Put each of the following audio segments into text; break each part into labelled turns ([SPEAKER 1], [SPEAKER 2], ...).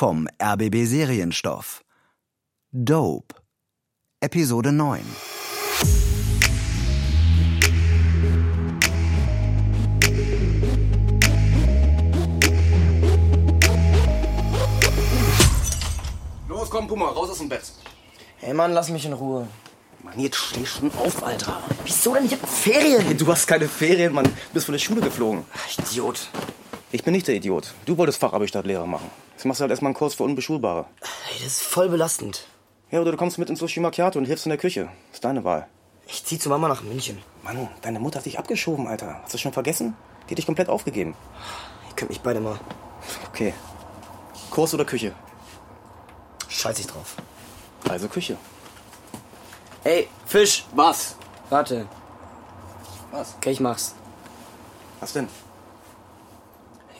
[SPEAKER 1] vom RBB Serienstoff. Dope. Episode 9.
[SPEAKER 2] Los, komm, Puma, raus aus dem Bett.
[SPEAKER 3] Hey Mann, lass mich in Ruhe.
[SPEAKER 2] Mann, jetzt steh schon auf, Alter.
[SPEAKER 3] Wieso denn? Ich hab Ferien.
[SPEAKER 2] Du hast keine Ferien, Mann. Du bist von der Schule geflogen.
[SPEAKER 3] Ach, Idiot.
[SPEAKER 2] Ich bin nicht der Idiot. Du wolltest Fachabi statt Lehrer machen. Jetzt machst du halt erstmal einen Kurs für Unbeschulbare.
[SPEAKER 3] Ey, das ist voll belastend.
[SPEAKER 2] Ja, oder du kommst mit ins Sushi Macchiato und hilfst in der Küche. Ist deine Wahl.
[SPEAKER 3] Ich zieh zu Mama nach München.
[SPEAKER 2] Mann, deine Mutter hat dich abgeschoben, Alter. Hast du schon vergessen? Die hat dich komplett aufgegeben.
[SPEAKER 3] Ihr könnt mich beide mal.
[SPEAKER 2] Okay. Kurs oder Küche?
[SPEAKER 3] Scheiß ich drauf.
[SPEAKER 2] Also Küche.
[SPEAKER 3] Ey, Fisch.
[SPEAKER 2] Was?
[SPEAKER 3] Warte.
[SPEAKER 2] Was?
[SPEAKER 3] Okay, ich mach's.
[SPEAKER 2] Was denn?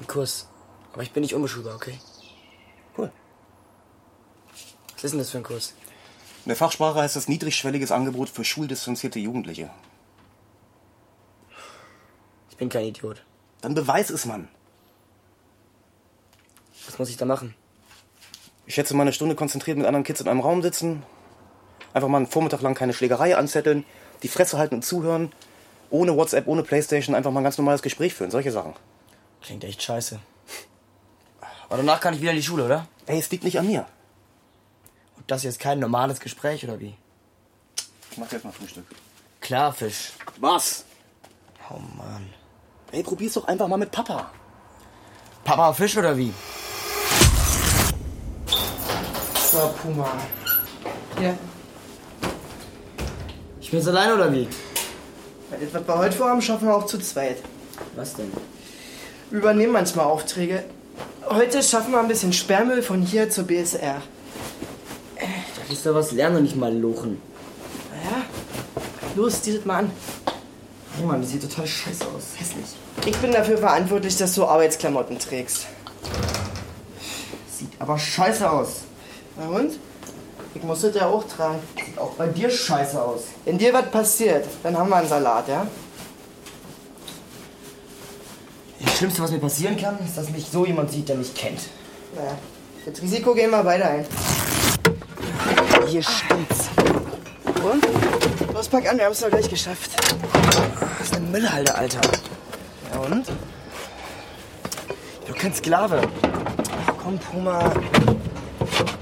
[SPEAKER 3] Ein Kurs. Aber ich bin nicht unbeschulbar, okay?
[SPEAKER 2] Cool.
[SPEAKER 3] Was ist denn das für ein Kurs?
[SPEAKER 2] In der Fachsprache heißt das niedrigschwelliges Angebot für schuldistanzierte Jugendliche.
[SPEAKER 3] Ich bin kein Idiot.
[SPEAKER 2] Dann beweis es, Mann.
[SPEAKER 3] Was muss ich da machen?
[SPEAKER 2] Ich schätze mal eine Stunde konzentriert mit anderen Kids in einem Raum sitzen. Einfach mal einen Vormittag lang keine Schlägerei anzetteln. Die Fresse halten und zuhören. Ohne WhatsApp, ohne Playstation. Einfach mal ein ganz normales Gespräch führen. Solche Sachen.
[SPEAKER 3] Klingt echt scheiße. Aber danach kann ich wieder in die Schule, oder?
[SPEAKER 2] Ey, es liegt nicht an mir.
[SPEAKER 3] Und das hier ist kein normales Gespräch, oder wie?
[SPEAKER 2] Ich mach jetzt mal Frühstück.
[SPEAKER 3] Klar, Fisch.
[SPEAKER 2] Was?
[SPEAKER 3] Oh Mann.
[SPEAKER 2] Ey, probier's doch einfach mal mit Papa.
[SPEAKER 3] Papa Fisch, oder wie?
[SPEAKER 4] So, Puma. Hier.
[SPEAKER 3] Ich bin's alleine, oder wie?
[SPEAKER 4] Weil das, was wir heute vorhaben, schaffen wir auch zu zweit.
[SPEAKER 3] Was denn?
[SPEAKER 4] Übernehmen manchmal Aufträge. Heute schaffen wir ein bisschen Sperrmüll von hier zur BSR.
[SPEAKER 3] Da musst du was lernen und nicht mal lochen.
[SPEAKER 4] Naja, los, zieh das mal an.
[SPEAKER 3] Hey Mann, das sieht total scheiße aus.
[SPEAKER 4] Hässlich. Ich bin dafür verantwortlich, dass du Arbeitsklamotten trägst.
[SPEAKER 3] Sieht aber scheiße aus.
[SPEAKER 4] Na und? Ich muss das ja auch tragen.
[SPEAKER 3] Sieht auch bei dir scheiße aus.
[SPEAKER 4] Wenn dir was passiert, dann haben wir einen Salat, ja?
[SPEAKER 3] Das Schlimmste, was mir passieren kann, ist, dass mich so jemand sieht, der mich kennt.
[SPEAKER 4] Naja, das Risiko gehen wir beide ein.
[SPEAKER 3] Hier stinkt's.
[SPEAKER 4] Und? Los, pack an, wir haben es doch gleich geschafft.
[SPEAKER 3] Das ist ein Müllhalde, Alter.
[SPEAKER 4] Ja und?
[SPEAKER 3] Ich bin kein Sklave.
[SPEAKER 4] Ach komm, Puma.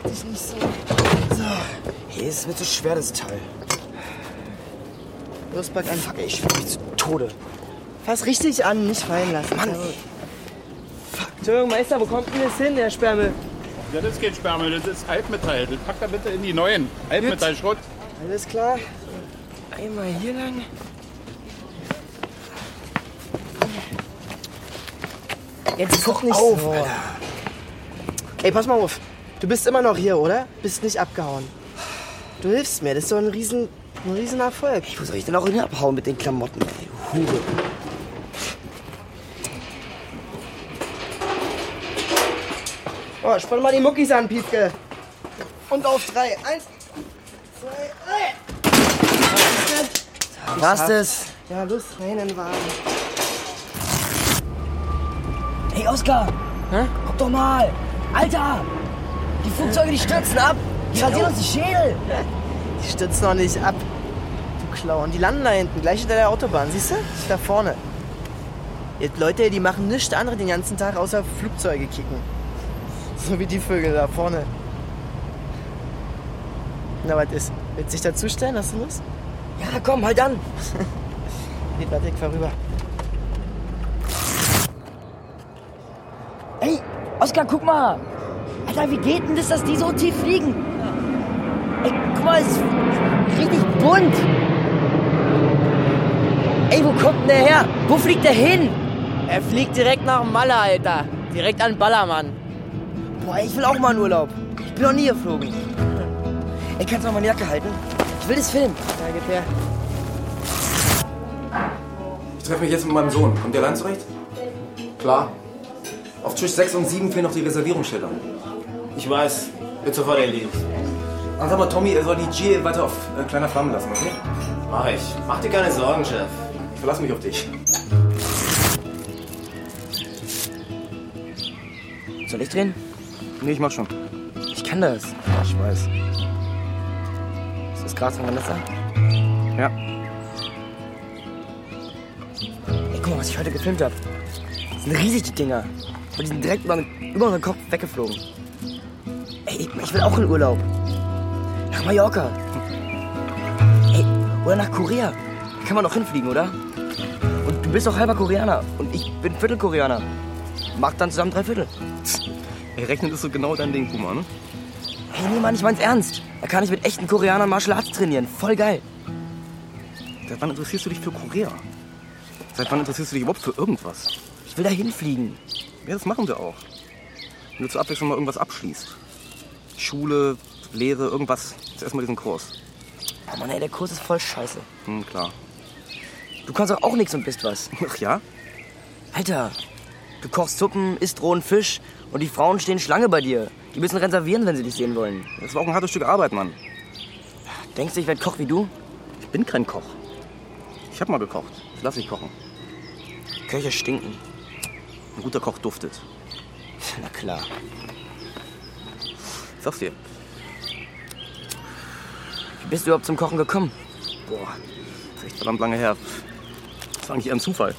[SPEAKER 4] Dich nicht so.
[SPEAKER 3] Hey, es ist mir zu schwer, das Teil.
[SPEAKER 4] Los, pack an.
[SPEAKER 3] Fuck, ey, ich schwör mich zu Tode.
[SPEAKER 4] Fass richtig an, nicht fallen lassen.
[SPEAKER 3] Mann,
[SPEAKER 4] Jawohl.
[SPEAKER 3] ey.
[SPEAKER 4] Entschuldigung, Meister, wo kommt denn das hin, der Sperrmüll?
[SPEAKER 5] Ja, das geht Sperrmüll, das ist Halbmetall. Das packt er bitte in die neuen. Halbmetallschrott.
[SPEAKER 4] Alles klar. Einmal hier lang. Jetzt guck nicht auf, so. Alter. Ey, pass mal auf. Du bist immer noch hier, oder? Bist nicht abgehauen. Du hilfst mir. Das ist doch ein riesen, ein riesen Erfolg.
[SPEAKER 3] Wo soll ich denn auch hin abhauen mit den Klamotten, ey? Hure.
[SPEAKER 4] Oh, spann mal die Muckis an, Pietke. Und auf drei. Eins, zwei, drei.
[SPEAKER 3] Was ist?
[SPEAKER 4] Ja, los, rein in den Wagen.
[SPEAKER 3] Hey, Oskar! Hä? Guck doch mal! Alter! Die Flugzeuge, die stürzen ab! Die rasieren uns die Schädel!
[SPEAKER 4] Die stürzt noch nicht ab. Du Clown. Die landen da hinten, gleich hinter der Autobahn. Siehst du? Da vorne. Jetzt Leute, die machen nichts anderes den ganzen Tag, außer Flugzeuge kicken. So wie die Vögel da vorne. Na, was ist? Willst du dich dazustellen? Hast du Lust?
[SPEAKER 3] Ja, komm, halt an!
[SPEAKER 4] Geht warte, ich fahr rüber.
[SPEAKER 6] Ey, Oskar, guck mal. Alter, wie geht denn das, dass die so tief fliegen? Ey, guck mal, es ist richtig bunt. Ey, wo kommt denn der her? Wo fliegt der hin?
[SPEAKER 3] Er fliegt direkt nach Malle, Alter. Direkt an Ballermann.
[SPEAKER 4] Boah, ich will auch mal in Urlaub. Ich bin noch nie geflogen.
[SPEAKER 3] Ey, kannst du mal meine Jacke halten? Ich will das filmen.
[SPEAKER 4] Da geht der.
[SPEAKER 7] Ich treffe mich jetzt mit meinem Sohn. Kommt ihr allein zurecht? Klar. Auf Tisch 6 und 7 fehlen noch die Reservierungsschilder.
[SPEAKER 8] Ich weiß, wird sofort erledigt.
[SPEAKER 7] Ach, sag mal, Tommy, er soll die Jill weiter auf äh, kleiner Flamme lassen, okay?
[SPEAKER 8] Mach ich. Mach dir keine Sorgen, Chef.
[SPEAKER 7] Ich verlasse mich auf dich.
[SPEAKER 3] Soll ich drehen?
[SPEAKER 2] Nee, ich mach schon.
[SPEAKER 3] Ich kann das.
[SPEAKER 2] Ich weiß.
[SPEAKER 3] Ist das Gras von Vanessa?
[SPEAKER 2] Ja.
[SPEAKER 3] Ey, guck mal, was ich heute gefilmt habe. Das sind riesig, die Dinger. Und die sind direkt über, über unseren Kopf weggeflogen. Ey, ich will auch in Urlaub. Nach Mallorca. Ey, oder nach Korea. Da kann man doch hinfliegen, oder? Und du bist doch halber Koreaner. Und ich bin Viertelkoreaner. Macht dann zusammen drei Viertel.
[SPEAKER 2] Ey, Rechnen ist so genau dein Ding, Puma, ne?
[SPEAKER 3] Hey, nee, Mann, ich mein's ernst. Da kann ich mit echten Koreanern Martial Arts trainieren. Voll geil.
[SPEAKER 2] Seit wann interessierst du dich für Korea? Seit wann interessierst du dich überhaupt für irgendwas?
[SPEAKER 3] Ich will da hinfliegen.
[SPEAKER 2] Ja, das machen wir auch. Wenn du zur Abwechslung mal irgendwas abschließt. Schule, Lehre, irgendwas. Jetzt erstmal diesen Kurs.
[SPEAKER 3] Oh Mann, ey, der Kurs ist voll scheiße.
[SPEAKER 2] Hm, klar.
[SPEAKER 3] Du kannst doch auch nichts und bist was.
[SPEAKER 2] Ach ja?
[SPEAKER 3] Alter, du kochst Suppen, isst rohen Fisch und die Frauen stehen Schlange bei dir. Die müssen reservieren, wenn sie dich sehen wollen.
[SPEAKER 2] Das war auch ein hartes Stück Arbeit, Mann.
[SPEAKER 3] Denkst du, ich werd Koch wie du?
[SPEAKER 2] Ich bin kein Koch. Ich habe mal gekocht. Ich lass dich kochen.
[SPEAKER 3] Köche stinken.
[SPEAKER 2] Ein guter Koch duftet.
[SPEAKER 3] Na klar.
[SPEAKER 2] Ich sag's dir.
[SPEAKER 3] Wie bist du überhaupt zum Kochen gekommen?
[SPEAKER 2] Boah, das ist echt verdammt lange her. Das war eigentlich eher ein Zufall.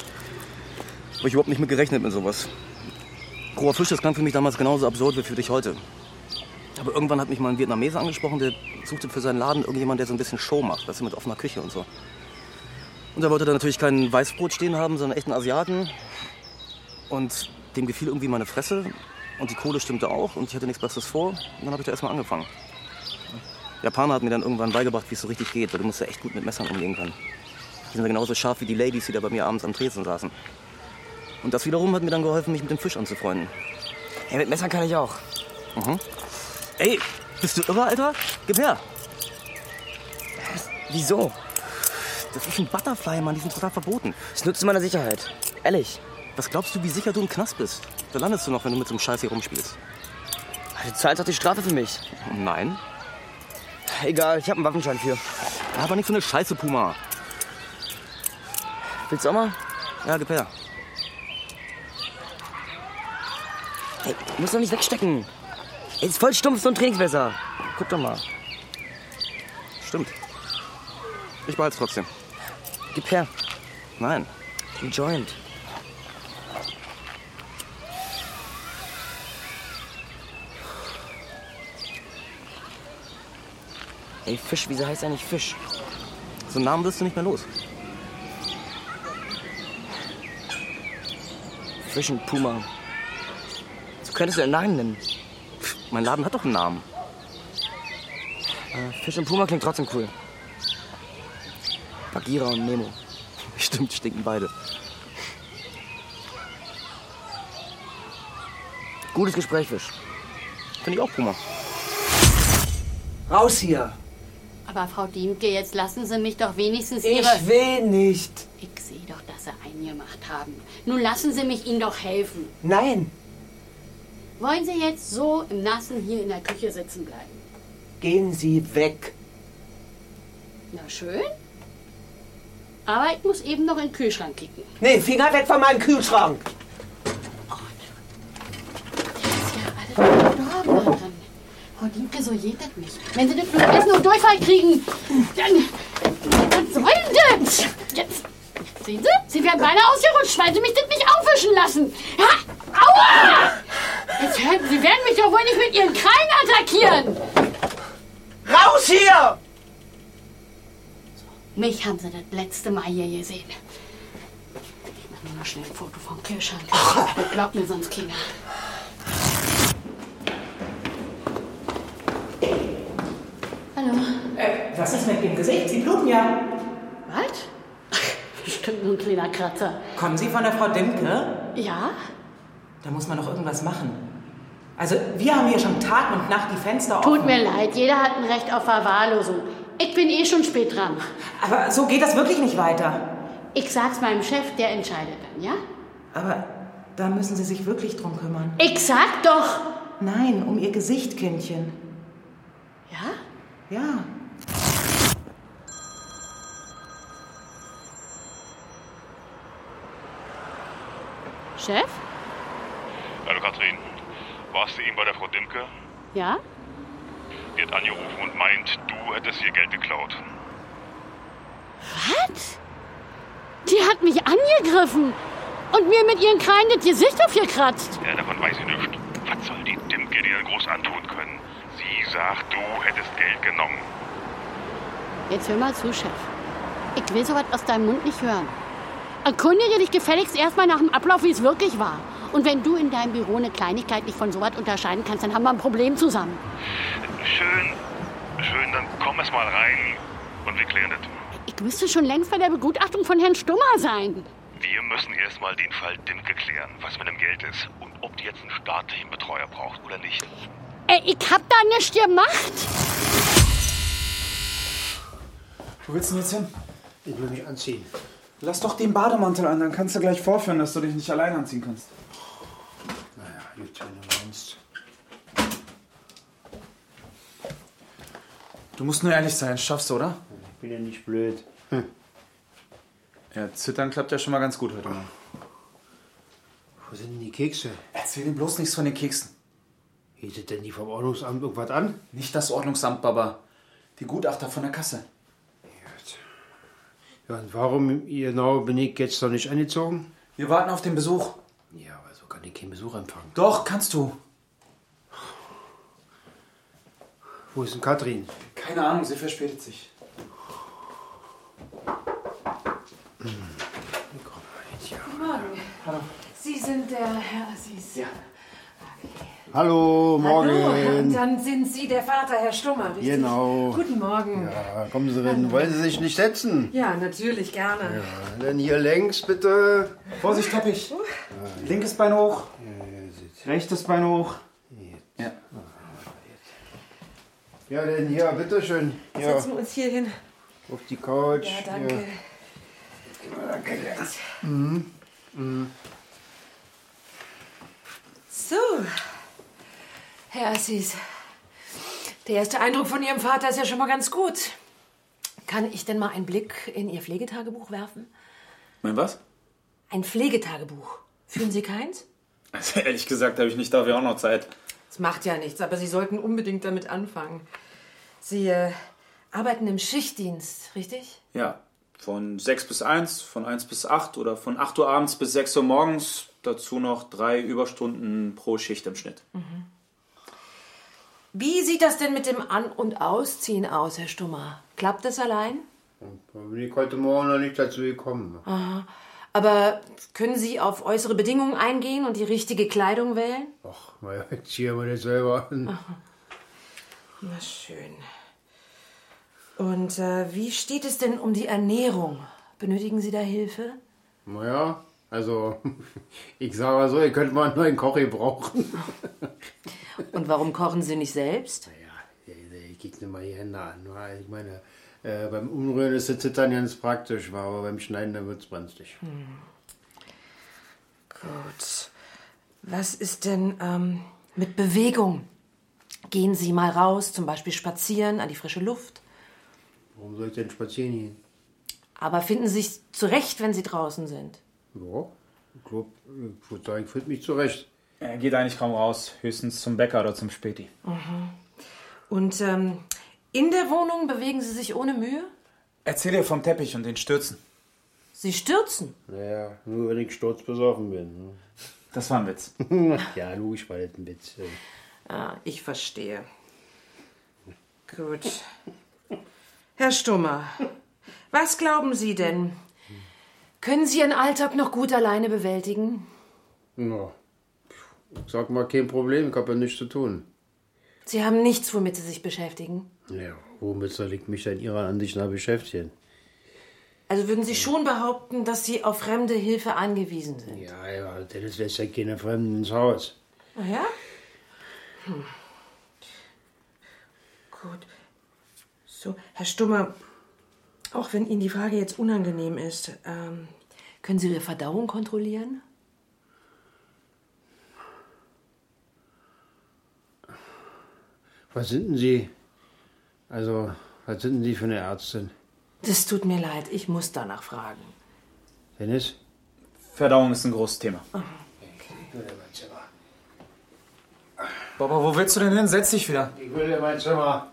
[SPEAKER 2] Hab ich überhaupt nicht mit gerechnet mit sowas. Roher Fisch, das klang für mich damals genauso absurd wie für dich heute. Aber irgendwann hat mich mal ein Vietnameser angesprochen, der suchte für seinen Laden irgendjemanden, der so ein bisschen Show macht, weißt du, mit offener Küche und so. Und er wollte da natürlich kein Weißbrot stehen haben, sondern echten Asiaten. Und dem gefiel irgendwie meine Fresse und die Kohle stimmte auch und ich hatte nichts Besseres vor. Und dann habe ich da erstmal angefangen. Japaner hat mir dann irgendwann beigebracht, wie es so richtig geht, weil du musst ja echt gut mit Messern umgehen können. Die sind ja genauso scharf wie die Ladies, die da bei mir abends am Tresen saßen. Und das wiederum hat mir dann geholfen, mich mit dem Fisch anzufreunden. Mhm.
[SPEAKER 3] Ey, mit Messern kann ich auch.
[SPEAKER 2] Ey, bist du irre, Alter? Gib her!
[SPEAKER 3] Wieso?
[SPEAKER 2] Das ist ein Butterfly, Mann, die sind total verboten.
[SPEAKER 3] Ich nutze meiner Sicherheit. Ehrlich.
[SPEAKER 2] Was glaubst du, wie sicher du im Knast bist? Da landest du noch, wenn du mit so einem Scheiß hier rumspielst.
[SPEAKER 3] Du zahlst doch die Strafe für mich.
[SPEAKER 2] Nein.
[SPEAKER 3] Egal, ich habe einen Waffenschein für.
[SPEAKER 2] Aber nicht so eine Scheiße, Puma.
[SPEAKER 3] Willst du auch mal?
[SPEAKER 2] Ja, gib her.
[SPEAKER 3] Hey, du musst doch nicht wegstecken. Ey, ist voll stumpf so ein Trainingsmesser. Guck doch mal.
[SPEAKER 2] Stimmt. Ich behalte es trotzdem.
[SPEAKER 3] Gib her.
[SPEAKER 2] Nein.
[SPEAKER 3] Den Joint. Ey, Fisch, wieso heißt er nicht Fisch?
[SPEAKER 2] So einen Namen wirst du nicht mehr los.
[SPEAKER 3] Fisch und Puma. So könntest du den Namen nennen.
[SPEAKER 2] Mein Laden hat doch einen Namen.
[SPEAKER 3] Äh, Fisch und Puma klingt trotzdem cool. Bagheera und Nemo.
[SPEAKER 2] Stimmt, stinken beide.
[SPEAKER 3] Gutes Gespräch, Fisch.
[SPEAKER 2] Finde ich auch Puma.
[SPEAKER 4] Raus hier.
[SPEAKER 9] Aber Frau Diemke, jetzt lassen Sie mich doch wenigstens
[SPEAKER 4] Ich
[SPEAKER 9] Ihre...
[SPEAKER 4] will nicht.
[SPEAKER 9] Ich sehe doch, dass Sie eingemacht haben. Nun lassen Sie mich Ihnen doch helfen.
[SPEAKER 4] Nein.
[SPEAKER 9] Wollen Sie jetzt so im Nassen hier in der Küche sitzen bleiben?
[SPEAKER 4] Gehen Sie weg.
[SPEAKER 9] Na schön. Aber ich muss eben noch in den Kühlschrank kicken.
[SPEAKER 4] Nee, Finger weg von meinem Kühlschrank.
[SPEAKER 9] Ist ja alles in Ordnung. Frau Diemke, so geht das nicht. Wenn Sie das bloß essen und Durchfall kriegen, dann... Was soll denn das? Jetzt... Sehen Sie? Sie wären beinahe ausgerutscht, weil Sie mich das nicht aufwischen lassen. Ha! Aua! Jetzt hören, Sie werden mich doch wohl nicht mit Ihren Krallen attackieren.
[SPEAKER 4] Raus hier!
[SPEAKER 9] Mich haben sie das letzte Mal hier gesehen. Ich mach nur noch schnell ein Foto vom Kühlschrank. Das glaubt mir sonst keiner. Hallo.
[SPEAKER 10] Äh, Was ist mit dem Gesicht? Sie bluten ja.
[SPEAKER 9] Was? Ach, Bestimmt nur ein kleiner Kratzer.
[SPEAKER 10] Kommen Sie von der Frau Dimke?
[SPEAKER 9] Ja?
[SPEAKER 10] Da muss man doch irgendwas machen. Also, wir haben hier schon Tag und Nacht die Fenster offen.
[SPEAKER 9] Tut mir leid, jeder hat ein Recht auf Verwahrlosung. Ich bin eh schon spät dran.
[SPEAKER 10] Aber so geht das wirklich nicht weiter.
[SPEAKER 9] Ich sag's meinem Chef, der entscheidet dann, ja?
[SPEAKER 10] Aber da müssen Sie sich wirklich drum kümmern.
[SPEAKER 9] Ich sag doch!
[SPEAKER 10] Nein, um Ihr Gesicht, Kindchen.
[SPEAKER 9] Ja?
[SPEAKER 10] Ja.
[SPEAKER 9] Chef?
[SPEAKER 11] Hallo Katrin. Warst du eben bei der Frau Dimke?
[SPEAKER 9] Ja?
[SPEAKER 11] Die hat angerufen und meint, du hättest ihr Geld geklaut.
[SPEAKER 9] Was? Die hat mich angegriffen und mir mit ihren Krallen das Gesicht aufgekratzt.
[SPEAKER 11] Ja, davon weiß ich nichts. Was soll die Dimke dir denn groß antun können? Sie sagt, du hättest Geld genommen.
[SPEAKER 9] Jetzt hör mal zu, Chef. Ich will sowas aus deinem Mund nicht hören. Erkundige dich gefälligst erstmal nach dem Ablauf, wie es wirklich war. Und wenn du in deinem Büro eine Kleinigkeit nicht von sowas unterscheiden kannst, dann haben wir ein Problem zusammen.
[SPEAKER 11] Schön, schön, dann komm erst mal rein und wir klären das.
[SPEAKER 9] Ich müsste schon längst bei der Begutachtung von Herrn Stummer sein.
[SPEAKER 11] Wir müssen erstmal den Fall Dimke klären, was mit dem Geld ist und ob die jetzt einen staatlichen Betreuer braucht oder nicht.
[SPEAKER 9] Ey, ich hab da nichts gemacht.
[SPEAKER 5] Wo willst du denn jetzt hin?
[SPEAKER 12] Ich will mich anziehen.
[SPEAKER 5] Lass doch den Bademantel an, dann kannst du gleich vorführen, dass du dich nicht allein anziehen kannst.
[SPEAKER 12] Naja, liegt ja nur meinst.
[SPEAKER 5] Du musst nur ehrlich sein, schaffst du, oder? Hm.
[SPEAKER 12] Ich bin ja nicht blöd.
[SPEAKER 5] Ja, zittern klappt ja schon mal ganz gut heute. Morgen.
[SPEAKER 12] Wo sind denn die Kekse?
[SPEAKER 5] Erzähl dir bloß nichts von den Keksen.
[SPEAKER 12] Hietet denn die vom Ordnungsamt irgendwas an?
[SPEAKER 5] Nicht das Ordnungsamt, Baba. Die Gutachter von der Kasse.
[SPEAKER 12] Ja, und warum genau bin ich jetzt noch nicht angezogen?
[SPEAKER 5] Wir warten auf den Besuch.
[SPEAKER 12] Ja, aber so kann ich keinen Besuch empfangen.
[SPEAKER 5] Doch, kannst du.
[SPEAKER 12] Wo ist denn Katrin?
[SPEAKER 5] Keine Ahnung, sie verspätet sich.
[SPEAKER 13] Guten Morgen. Hallo. Sie sind der Herr Assis. Ja.
[SPEAKER 12] Hallo,
[SPEAKER 13] Und
[SPEAKER 12] morgen.
[SPEAKER 13] dann sind Sie der Vater, Herr Stummer, richtig?
[SPEAKER 12] Genau.
[SPEAKER 13] Guten Morgen.
[SPEAKER 12] Ja, kommen Sie rein. Wollen Sie sich nicht setzen?
[SPEAKER 13] Ja, natürlich, gerne.
[SPEAKER 12] Ja, Dann hier längs, bitte.
[SPEAKER 5] Vorsicht, Teppich. Linkes Bein hoch. Rechtes Bein hoch. Ja.
[SPEAKER 12] Ja, dann hier, bitteschön. Ja,
[SPEAKER 13] Setzen wir uns hier hin.
[SPEAKER 12] auf die Couch.
[SPEAKER 13] Ja, danke.
[SPEAKER 12] Ja. Mhm. Mhm.
[SPEAKER 13] So, Herr Assis, der erste Eindruck von Ihrem Vater ist ja schon mal ganz gut. Kann ich denn mal einen Blick in Ihr Pflegetagebuch werfen?
[SPEAKER 5] Mein was?
[SPEAKER 13] Ein Pflegetagebuch. Führen Sie keins?
[SPEAKER 14] Also ehrlich gesagt habe ich nicht dafür auch noch Zeit.
[SPEAKER 13] Das macht ja nichts, aber Sie sollten unbedingt damit anfangen. Sie äh, arbeiten im Schichtdienst, richtig?
[SPEAKER 14] Ja, von 6 bis 1, von 1 bis 8 oder von 8 Uhr abends bis 6 Uhr morgens. Dazu noch drei Überstunden pro Schicht im Schnitt.
[SPEAKER 13] Mhm. Wie sieht das denn mit dem An- und Ausziehen aus, Herr Stummer? Klappt das allein?
[SPEAKER 12] Da bin ich heute Morgen noch nicht dazu gekommen.
[SPEAKER 13] Aha. Aber können Sie auf äußere Bedingungen eingehen und die richtige Kleidung wählen?
[SPEAKER 12] Naja, jetzt ziehen wir das selber an.
[SPEAKER 13] Na schön. Und äh, wie steht es denn um die Ernährung? Benötigen Sie da Hilfe?
[SPEAKER 12] Naja, also, ich sage mal so, ihr könnt mal einen neuen Koch gebrauchen.
[SPEAKER 13] Und warum kochen Sie nicht selbst?
[SPEAKER 12] Ich krieg nicht mal die Hände an. wa? Ich meine, äh, beim Umrühren ist das Zittern ganz praktisch, wa? aber beim Schneiden, dann wird es brenzlig.
[SPEAKER 13] Hm. Gut. Was ist denn ähm, mit Bewegung? Gehen Sie mal raus, zum Beispiel spazieren an die frische Luft.
[SPEAKER 12] Warum soll ich denn spazieren gehen?
[SPEAKER 13] Aber finden Sie sich zurecht, wenn Sie draußen sind.
[SPEAKER 12] Ja, ich glaube, ich würde sagen, ich finde mich zurecht.
[SPEAKER 14] Er geht eigentlich kaum raus, höchstens zum Bäcker oder zum Späti.
[SPEAKER 13] Mhm. Und ähm, in der Wohnung bewegen Sie sich ohne Mühe?
[SPEAKER 5] Erzähl dir vom Teppich und den Stürzen.
[SPEAKER 13] Sie stürzen?
[SPEAKER 12] Naja, nur wenn ich sturzbesoffen bin. Ne?
[SPEAKER 5] Das war ein Witz.
[SPEAKER 12] ja, logisch war das ein Witz.
[SPEAKER 13] Ah, ich verstehe. Gut. Herr Stummer, was glauben Sie denn? Können Sie Ihren Alltag noch gut alleine bewältigen?
[SPEAKER 12] Ja. Ich sag mal, kein Problem, ich habe ja nichts zu tun.
[SPEAKER 13] Sie haben nichts, womit Sie sich beschäftigen.
[SPEAKER 12] Ja, womit soll ich mich denn Ihrer Ansicht nach beschäftigen?
[SPEAKER 13] Also würden Sie schon behaupten, dass Sie auf fremde Hilfe angewiesen sind?
[SPEAKER 12] Ja, ja, Dennis lässt ja keine Fremden ins Haus.
[SPEAKER 13] Ah ja? Hm. Gut. So, Herr Stummer, auch wenn Ihnen die Frage jetzt unangenehm ist, ähm, können Sie Ihre Verdauung kontrollieren?
[SPEAKER 12] Was sind denn Sie? Also, was sind denn Sie für eine Ärztin?
[SPEAKER 13] Das tut mir leid, ich muss danach fragen.
[SPEAKER 12] Dennis?
[SPEAKER 14] Verdauung ist ein großes Thema.
[SPEAKER 12] Ich will in mein Zimmer. Ach,
[SPEAKER 14] Baba, wo willst du denn hin? Setz dich wieder.
[SPEAKER 5] Ich will in mein Zimmer.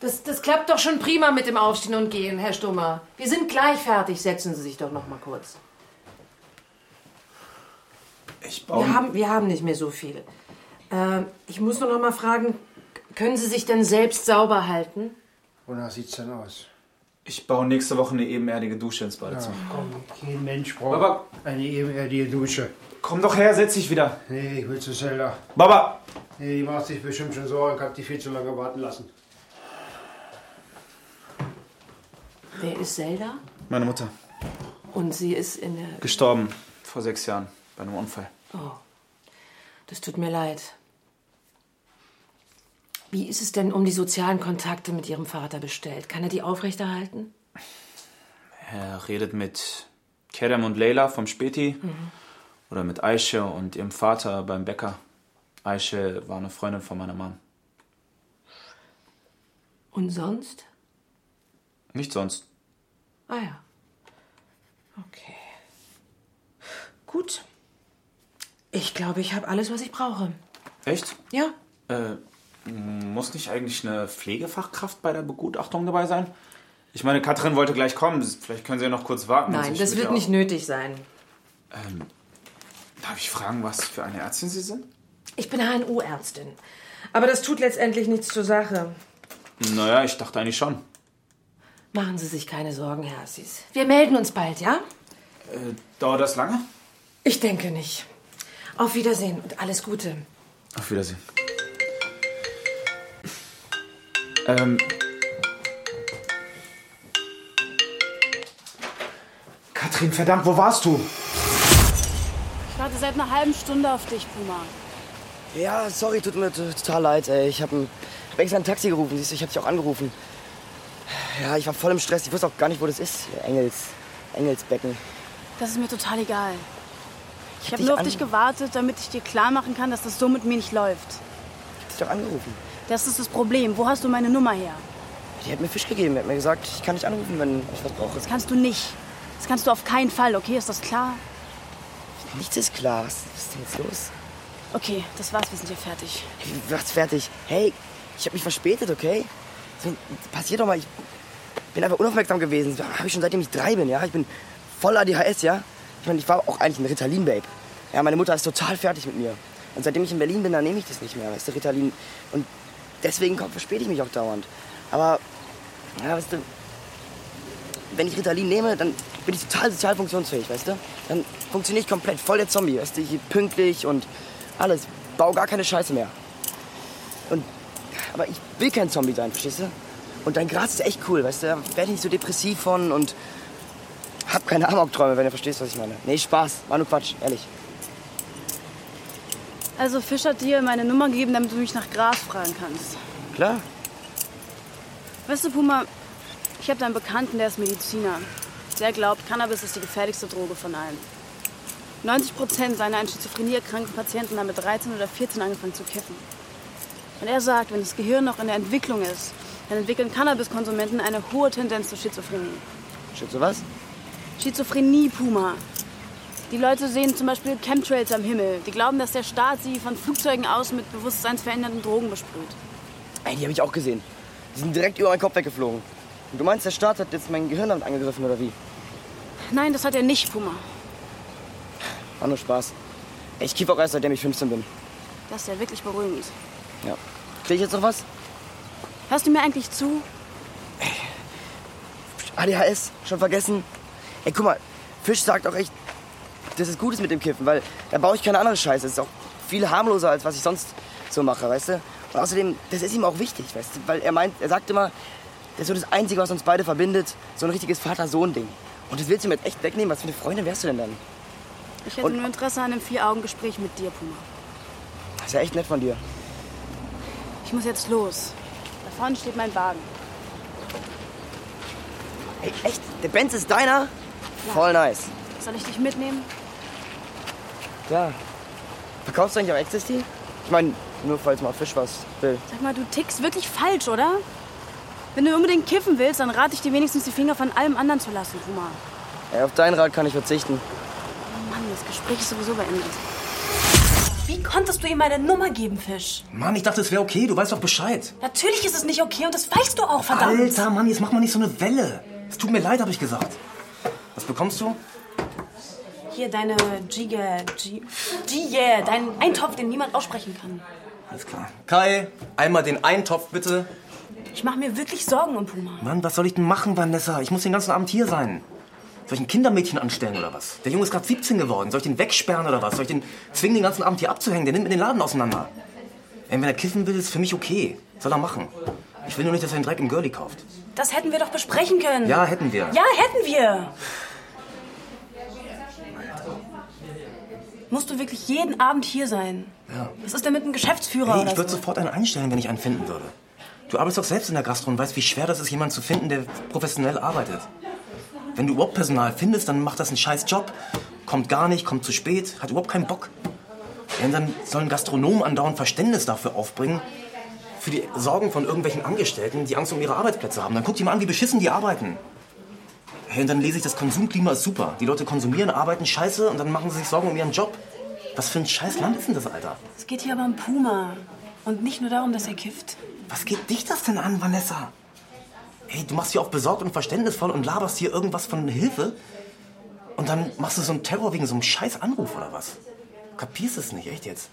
[SPEAKER 13] Das, das klappt doch schon prima mit dem Aufstehen und Gehen, Herr Stummer. Wir sind gleich fertig. Setzen Sie sich doch noch mal kurz.
[SPEAKER 14] Ich
[SPEAKER 13] Wir haben, wir haben nicht mehr so viel. Ähm, ich muss nur noch mal fragen, können Sie sich denn selbst sauber halten?
[SPEAKER 5] Wonach sieht's denn aus?
[SPEAKER 14] Ich baue nächste Woche eine ebenerdige Dusche ins Badezimmer.
[SPEAKER 5] Ach, komm, kein Mensch braucht Baba. eine ebenerdige Dusche.
[SPEAKER 14] Komm doch her, setz dich wieder.
[SPEAKER 5] Nee, ich will zu Zelda.
[SPEAKER 14] Baba!
[SPEAKER 5] Nee, die macht sich bestimmt schon Sorgen. Ich hab die viel zu lange warten lassen.
[SPEAKER 13] Wer ist Zelda?
[SPEAKER 14] Meine Mutter.
[SPEAKER 13] Und sie ist in der...
[SPEAKER 14] Gestorben vor sechs Jahren bei einem Unfall.
[SPEAKER 13] Oh, das tut mir leid. Wie ist es denn um die sozialen Kontakte mit Ihrem Vater bestellt? Kann er die aufrechterhalten?
[SPEAKER 14] Er redet mit Kerem und Leila vom Späti
[SPEAKER 13] Hm.
[SPEAKER 14] oder mit Aische und ihrem Vater beim Bäcker. Aische war eine Freundin von meiner Mom.
[SPEAKER 13] Und sonst?
[SPEAKER 14] Nicht sonst.
[SPEAKER 13] Ah ja. Okay. Gut. Ich glaube, ich habe alles, was ich brauche.
[SPEAKER 14] Echt?
[SPEAKER 13] Ja.
[SPEAKER 14] Äh, muss nicht eigentlich eine Pflegefachkraft bei der Begutachtung dabei sein? Ich meine, Katrin wollte gleich kommen. Vielleicht können Sie ja noch kurz warten.
[SPEAKER 13] Nein,
[SPEAKER 14] Ich
[SPEAKER 13] das
[SPEAKER 14] will
[SPEAKER 13] wird
[SPEAKER 14] ja auch-
[SPEAKER 13] nicht nötig sein.
[SPEAKER 14] Ähm, darf ich fragen, was für eine Ärztin Sie sind?
[SPEAKER 13] Ich bin HNO-Ärztin. Aber das tut letztendlich nichts zur Sache.
[SPEAKER 14] Naja, ich dachte eigentlich schon.
[SPEAKER 13] Machen Sie sich keine Sorgen, Herr Assis. Wir melden uns bald, ja?
[SPEAKER 14] Äh, dauert das lange?
[SPEAKER 13] Ich denke nicht. Auf Wiedersehen und alles Gute.
[SPEAKER 14] Auf Wiedersehen. Ähm. Katrin, verdammt, wo warst du?
[SPEAKER 15] Ich warte seit einer halben Stunde auf dich, Puma.
[SPEAKER 3] Ja, sorry, tut mir t- total leid, ey. Ich hab, ein, hab extra ein Taxi gerufen, siehst du, ich hab dich auch angerufen. Ja, ich war voll im Stress, ich wusste auch gar nicht, wo das ist. Engels, Engelsbecken.
[SPEAKER 15] Das ist mir total egal. Ich habe
[SPEAKER 3] dich
[SPEAKER 15] nur auf
[SPEAKER 3] an-
[SPEAKER 15] dich gewartet, damit ich dir klar machen kann, dass das so mit mir nicht läuft.
[SPEAKER 3] Ich hab dich doch angerufen.
[SPEAKER 15] Das ist das Problem. Wo hast du meine Nummer her?
[SPEAKER 3] Die hat mir Fisch gegeben, die hat mir gesagt, ich kann dich anrufen, wenn ich was brauche.
[SPEAKER 15] Das kannst du nicht. Das kannst du auf keinen Fall, okay? Ist das klar?
[SPEAKER 3] Nichts ist klar, was was ist denn jetzt los?
[SPEAKER 15] Okay, das war's, wir sind hier fertig.
[SPEAKER 3] Wie- Was fertig? Hey, ich hab mich verspätet, okay? So, passiert doch mal, ich bin einfach unaufmerksam gewesen. Das hab ich schon seitdem ich drei bin, ja? Ich bin voll ADHS, ja? Ich meine, ich war auch eigentlich ein Ritalin-Babe. Ja, meine Mutter ist total fertig mit mir. Und seitdem ich in Berlin bin, dann nehme ich das nicht mehr, weißt du, Ritalin. Und deswegen kommt, verspäte ich mich auch dauernd. Aber, ja, weißt du, wenn ich Ritalin nehme, dann bin ich total sozial funktionsfähig, weißt du? Dann funktioniere ich komplett, voll der Zombie, weißt du? Ich pünktlich und alles. Bau gar keine Scheiße mehr. Und, aber ich will kein Zombie sein, verstehst du? Und dein Gras ist echt cool, weißt du? Da werde ich nicht so depressiv von und hab keine Amokträume, wenn du verstehst, was ich meine. Nee, Spaß. War nur Quatsch, ehrlich.
[SPEAKER 15] Also Fisch hat dir meine Nummer gegeben, damit du mich nach Gras fragen kannst.
[SPEAKER 3] Klar.
[SPEAKER 15] Weißt du, Puma, ich habe da einen Bekannten, der ist Mediziner. Der glaubt, Cannabis ist die gefährlichste Droge von allen. 90 Prozent seiner an Schizophrenie erkrankten Patienten haben mit 13 oder 14 angefangen zu kiffen. Und er sagt, wenn das Gehirn noch in der Entwicklung ist, dann entwickeln Cannabiskonsumenten eine hohe Tendenz zur Schizophrenie.
[SPEAKER 3] Schütze du was?
[SPEAKER 15] Schizophrenie, Puma. Die Leute sehen zum Beispiel Chemtrails am Himmel. Die glauben, dass der Staat sie von Flugzeugen aus mit bewusstseinsverändernden Drogen besprüht.
[SPEAKER 3] Ey, die habe ich auch gesehen. Die sind direkt über meinen Kopf weggeflogen. Und du meinst, der Staat hat jetzt mein Gehirn damit angegriffen, oder wie?
[SPEAKER 15] Nein, das hat er nicht, Puma.
[SPEAKER 3] War nur Spaß. Ey, Ich kiff auch erst, seitdem ich 15 bin.
[SPEAKER 15] Das ist ja wirklich beruhigend.
[SPEAKER 3] Ja. Krieg ich jetzt noch was?
[SPEAKER 15] Hörst du mir eigentlich zu?
[SPEAKER 3] ADHS, schon vergessen. Ey, guck mal, Fisch sagt auch echt, dass es gut ist mit dem Kiffen, weil da baue ich keine andere Scheiße. Es ist auch viel harmloser, als was ich sonst so mache, weißt du? Und außerdem, das ist ihm auch wichtig, weißt du? Weil er meint, er sagt immer, das ist so das Einzige, was uns beide verbindet, so ein richtiges Vater-Sohn-Ding. Und das willst du mir jetzt echt wegnehmen? Was für eine Freundin wärst du denn dann?
[SPEAKER 15] Ich hätte
[SPEAKER 3] Und-
[SPEAKER 15] nur Interesse an einem Vier-Augen-Gespräch mit dir, Puma.
[SPEAKER 3] Das ist ja echt nett von dir.
[SPEAKER 15] Ich muss jetzt los. Da vorne steht mein Wagen.
[SPEAKER 3] Ey, echt? Der Benz ist deiner? Voll nice.
[SPEAKER 15] Soll ich dich mitnehmen?
[SPEAKER 3] Ja. Verkaufst du eigentlich auch Ecstasy? Ich meine, nur falls mal Fisch was will.
[SPEAKER 15] Sag mal, du tickst wirklich falsch, oder? Wenn du unbedingt kiffen willst, dann rate ich dir wenigstens, die Finger von allem anderen zu lassen, Puma. Oh
[SPEAKER 3] Ey, auf deinen Rat kann ich verzichten.
[SPEAKER 15] Mann, das Gespräch ist sowieso beendet. Wie konntest du ihm meine Nummer geben, Fisch?
[SPEAKER 2] Mann, ich dachte, es wäre okay. Du weißt doch Bescheid.
[SPEAKER 15] Natürlich ist es nicht okay und das weißt du auch, verdammt.
[SPEAKER 2] Alter, Mann, jetzt mach mal nicht so eine Welle. Es tut mir leid, habe ich gesagt. Was bekommst du?
[SPEAKER 15] Hier deine Giga, G, Giga, dein Eintopf, den niemand aussprechen kann.
[SPEAKER 2] Alles klar. Kai, einmal den Eintopf bitte.
[SPEAKER 15] Ich mache mir wirklich Sorgen um Puma.
[SPEAKER 2] Mann, was soll ich denn machen, Vanessa? Ich muss den ganzen Abend hier sein. Soll ich ein Kindermädchen anstellen oder was? Der Junge ist gerade 17 geworden. Soll ich den wegsperren oder was? Soll ich den zwingen, den ganzen Abend hier abzuhängen? Der nimmt mir den Laden auseinander. Ey, wenn er kiffen will, ist für mich okay. Soll er machen. Ich will nur nicht, dass er den Dreck im Girlie kauft.
[SPEAKER 15] Das hätten wir doch besprechen können.
[SPEAKER 2] Ja, hätten wir.
[SPEAKER 15] Ähm. Ja, hätten wir. Musst du wirklich jeden Abend hier sein?
[SPEAKER 2] Ja.
[SPEAKER 15] Was ist denn mit einem Geschäftsführer
[SPEAKER 2] Hey,
[SPEAKER 15] oder
[SPEAKER 2] ich würde
[SPEAKER 15] so?
[SPEAKER 2] sofort einen einstellen, wenn ich einen finden würde. Du arbeitest doch selbst in der Gastro und weißt, wie schwer das ist, jemanden zu finden, der professionell arbeitet. Wenn du überhaupt Personal findest, dann macht das einen scheiß Job. Kommt gar nicht, kommt zu spät, hat überhaupt keinen Bock. Denn dann sollen Gastronomen andauernd Verständnis dafür aufbringen, für die Sorgen von irgendwelchen Angestellten, die Angst um ihre Arbeitsplätze haben. Dann guck dir mal an, wie beschissen die arbeiten. Hey, und dann lese ich, das Konsumklima ist super. Die Leute konsumieren, arbeiten scheiße und dann machen sie sich Sorgen um ihren Job. Was für ein scheiß Land ist denn das, Alter?
[SPEAKER 15] Es geht hier aber um Puma. Und nicht nur darum, dass er kifft.
[SPEAKER 2] Was geht dich das denn an, Vanessa? Hey, du machst hier auf besorgt und verständnisvoll und laberst hier irgendwas von Hilfe. Und dann machst du so einen Terror wegen so einem scheiß Anruf oder was? Kapierst es nicht, echt jetzt?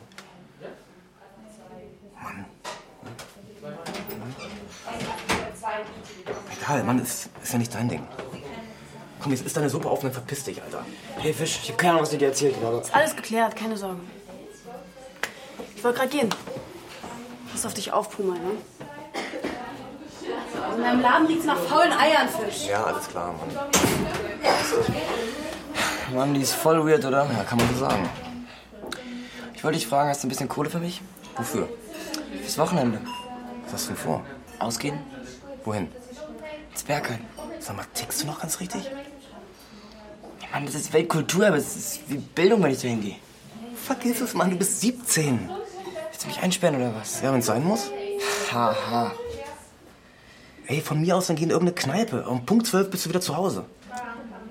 [SPEAKER 2] Egal, Mann, ist, ist ja nicht dein Ding. Komm, jetzt ist deine Suppe auf und dann verpiss dich, Alter.
[SPEAKER 8] Hey Fisch, ich hab keine Ahnung, was du dir erzählt hast.
[SPEAKER 15] Ist alles geklärt, keine Sorge. Ich wollte gerade gehen. Pass auf dich auf, Puma, ne? In deinem Laden liegt's nach faulen Eiern, Fisch.
[SPEAKER 2] Ja, alles klar, Mann.
[SPEAKER 8] Mann, die ist voll weird, oder?
[SPEAKER 2] Ja, kann man so sagen.
[SPEAKER 8] Ich wollte dich fragen, hast du ein bisschen Kohle für mich?
[SPEAKER 2] Wofür?
[SPEAKER 8] Fürs Wochenende.
[SPEAKER 2] Was hast du denn vor?
[SPEAKER 8] Ausgehen?
[SPEAKER 2] Wohin?
[SPEAKER 8] Ins Bergheim.
[SPEAKER 2] Sag mal, tickst du noch ganz richtig?
[SPEAKER 8] Ja, Mann, das ist Weltkultur, aber es ist wie Bildung, wenn ich da hingehe.
[SPEAKER 2] Vergiss es, Mann, du bist 17.
[SPEAKER 8] Willst du mich einsperren oder was?
[SPEAKER 2] Ja, wenn es sein muss.
[SPEAKER 8] Haha.
[SPEAKER 2] Ey, von mir aus dann geh in irgendeine Kneipe. Um Punkt 12 bist du wieder zu Hause.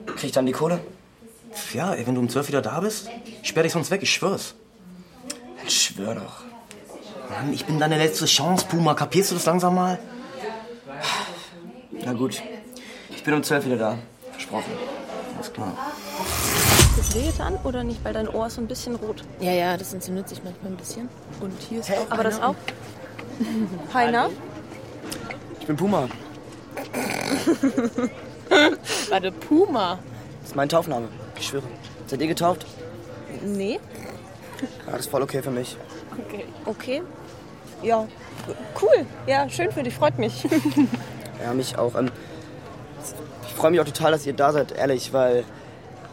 [SPEAKER 8] Krieg ich dann die Kohle?
[SPEAKER 2] Pf, Ja, ey, wenn du um 12 wieder da bist, sperr dich sonst weg, ich schwör's.
[SPEAKER 8] Dann schwör doch.
[SPEAKER 2] Mann, ich bin deine letzte Chance, Puma. Kapierst du das langsam mal?
[SPEAKER 8] Na gut. Ich bin um 12 wieder da. Versprochen.
[SPEAKER 2] Alles klar.
[SPEAKER 16] Das weh an oder nicht? Weil dein Ohr ist so ein bisschen rot.
[SPEAKER 17] Ja, ja, das entzündet sich manchmal ein bisschen.
[SPEAKER 16] Und hier ist auch
[SPEAKER 17] Aber das auch?
[SPEAKER 16] Heiner?
[SPEAKER 8] Ich bin Puma.
[SPEAKER 17] Warte, Puma?
[SPEAKER 3] Das ist mein Taufname. Ich schwöre. Seid ihr getauft?
[SPEAKER 17] Nee?
[SPEAKER 3] Ja, das ist voll okay für mich.
[SPEAKER 17] Okay. Okay. Ja, cool. Ja, schön für dich, freut mich.
[SPEAKER 3] Ja, mich auch. Ähm, ich freue mich auch total, dass ihr da seid, ehrlich, weil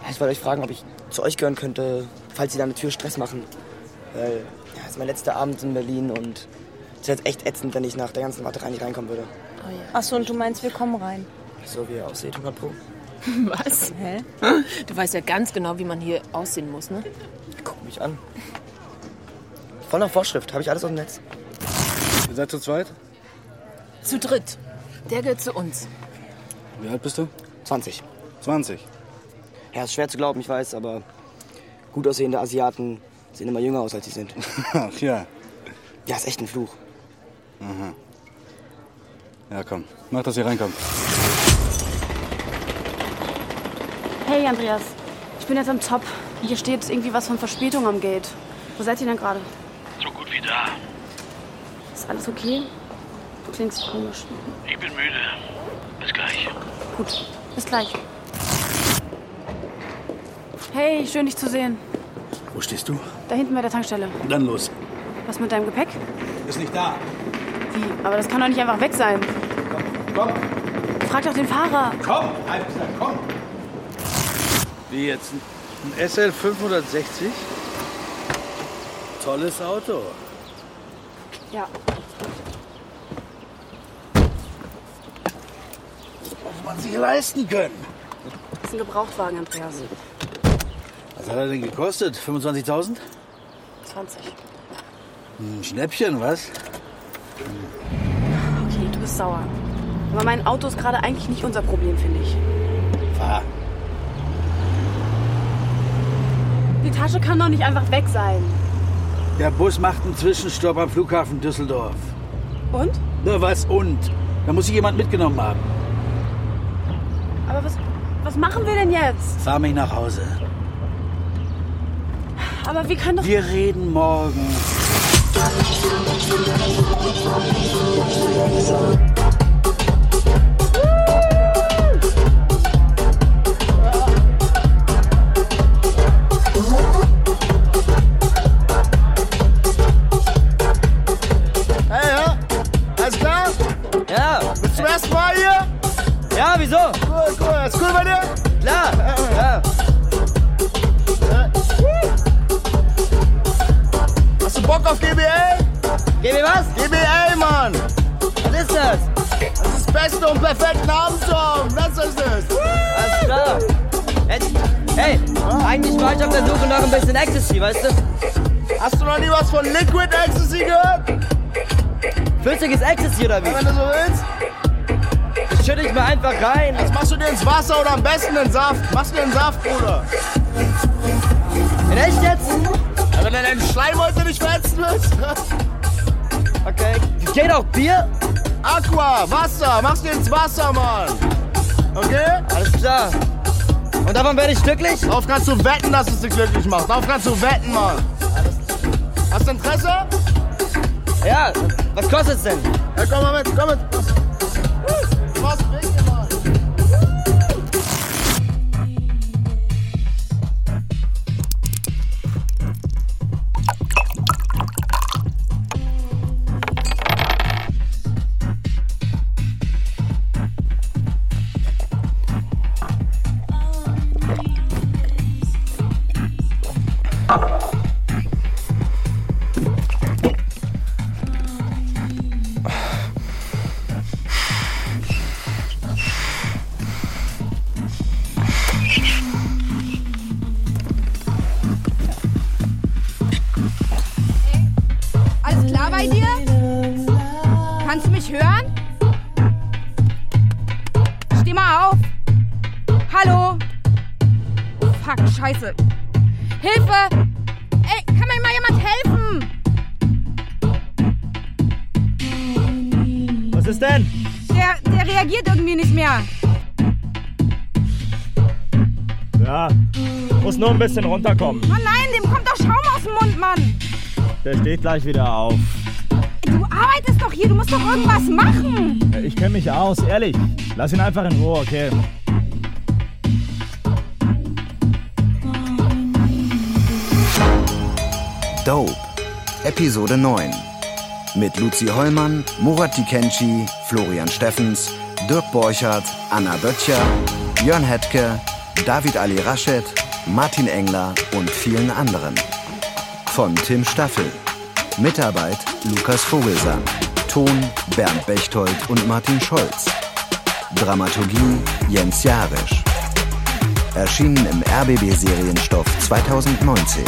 [SPEAKER 3] ja, ich wollte euch fragen, ob ich zu euch gehören könnte, falls sie da an der Tür Stress machen. Weil ja, es ist mein letzter Abend in Berlin und es ist jetzt echt ätzend, wenn ich nach der ganzen Warterei nicht reinkommen würde.
[SPEAKER 16] Achso, und du meinst, wir kommen rein.
[SPEAKER 3] So wie ihr aussieht, 100 Pro.
[SPEAKER 17] Was? Hä? Du weißt ja ganz genau, wie man hier aussehen muss, ne?
[SPEAKER 3] Guck mich an. Voll nach Vorschrift, habe ich alles auf dem Netz.
[SPEAKER 12] Ihr seid zu zweit?
[SPEAKER 17] Zu dritt. Der gehört zu uns.
[SPEAKER 12] Wie alt bist du?
[SPEAKER 3] 20.
[SPEAKER 12] 20.
[SPEAKER 3] Ja, ist schwer zu glauben, ich weiß, aber gut aussehende Asiaten sehen immer jünger aus, als sie sind.
[SPEAKER 12] Ach ja.
[SPEAKER 3] Ja, ist echt ein Fluch.
[SPEAKER 12] Aha. Mhm. Ja, komm. Mach, dass ihr reinkommt.
[SPEAKER 9] Hey Andreas, ich bin jetzt am Top. Hier steht irgendwie was von Verspätung am Gate. Wo seid ihr denn gerade?
[SPEAKER 11] So gut wie da.
[SPEAKER 9] Ist alles okay? Du klingst komisch.
[SPEAKER 11] Ich bin müde. Bis gleich.
[SPEAKER 9] Gut, bis gleich. Hey, schön dich zu sehen.
[SPEAKER 18] Wo stehst du?
[SPEAKER 9] Da hinten bei der Tankstelle.
[SPEAKER 18] Dann los.
[SPEAKER 9] Was mit deinem Gepäck?
[SPEAKER 18] Ist nicht da.
[SPEAKER 9] Wie? Aber das kann doch nicht einfach weg sein.
[SPEAKER 18] Komm,
[SPEAKER 9] Frag doch den Fahrer.
[SPEAKER 18] komm, Alter, komm. Wie jetzt? Ein SL 560? Tolles Auto.
[SPEAKER 9] Ja.
[SPEAKER 18] Muss man sich leisten können.
[SPEAKER 9] Das ist ein Gebrauchtwagen, Andreas.
[SPEAKER 18] Was hat er denn gekostet? 25.000?
[SPEAKER 9] 20.
[SPEAKER 18] Ein Schnäppchen, was?
[SPEAKER 9] Okay, du bist sauer. Aber mein Auto ist gerade eigentlich nicht unser Problem, finde ich.
[SPEAKER 18] Fahr.
[SPEAKER 9] Die Tasche kann doch nicht einfach weg sein.
[SPEAKER 18] Der Bus macht einen Zwischenstopp am Flughafen Düsseldorf.
[SPEAKER 15] Und?
[SPEAKER 18] Na was und? Da muss sich jemand mitgenommen haben.
[SPEAKER 15] Aber was, was machen wir denn jetzt?
[SPEAKER 18] Fahr mich nach Hause.
[SPEAKER 15] Aber wir können doch...
[SPEAKER 18] Wir reden morgen.
[SPEAKER 19] Hey, ja? Alles klar? Ja. Bist du erst mal hier? Ja, wieso? Cool, cool. Ist cool bei dir? Klar. Ja. Hast du Bock auf GBL? GBL was? GBL, Mann. Was ist das? Das ist das Beste, um perfekten Abend zu haben. Das ist es. Alles klar. Hey, eigentlich war ich auf der Suche nach ein bisschen Ecstasy, weißt du? Hast du noch nie was von Liquid Ecstasy gehört? Flüssiges Ecstasy oder wie? Wenn du so willst. Das schütte ich mir einfach rein. Das machst du dir ins Wasser oder am besten in den Saft. Machst du dir in den Saft, Bruder. In echt jetzt? Ja, wenn du deinen Schleim heute nicht verletzen willst. okay. Geht auch Bier? Aqua, Wasser. Machst du dir ins Wasser, Mann. Okay? Alles klar. Und davon werde ich glücklich? Darauf kannst du wetten, dass es dich glücklich macht. Darauf kannst du wetten, Mann. Hast du Interesse? Ja, was kostet's denn? Ja, komm mal mit, komm mit. Was bringt ihr mal?
[SPEAKER 20] Alles klar bei dir? Kannst du mich hören? Steh mal auf. Hallo. Fuck, scheiße. Hilfe! Ey, kann mir mal jemand helfen?
[SPEAKER 19] Was ist denn?
[SPEAKER 20] Der, der reagiert irgendwie nicht mehr.
[SPEAKER 19] Ja, muss nur ein bisschen runterkommen.
[SPEAKER 20] Oh nein, dem kommt doch Schaum aus dem Mund, Mann.
[SPEAKER 19] Der steht gleich wieder auf.
[SPEAKER 20] Du arbeitest doch hier, du musst doch irgendwas machen.
[SPEAKER 19] Ich kenne mich aus, ehrlich. Lass ihn einfach in Ruhe, okay?
[SPEAKER 1] Dope, Episode 9. Mit Luzi Hollmann, Murat Dikenci, Florian Steffens, Dirk Borchardt, Anna Böttcher, Jörn Hetke, David Ali Raschet, Martin Engler und vielen anderen. Von Tim Staffel. Mitarbeit Lukas Vogelsang. Ton Bernd Bechtold und Martin Scholz. Dramaturgie Jens Jarisch. Erschienen im RBB Serienstoff 2019.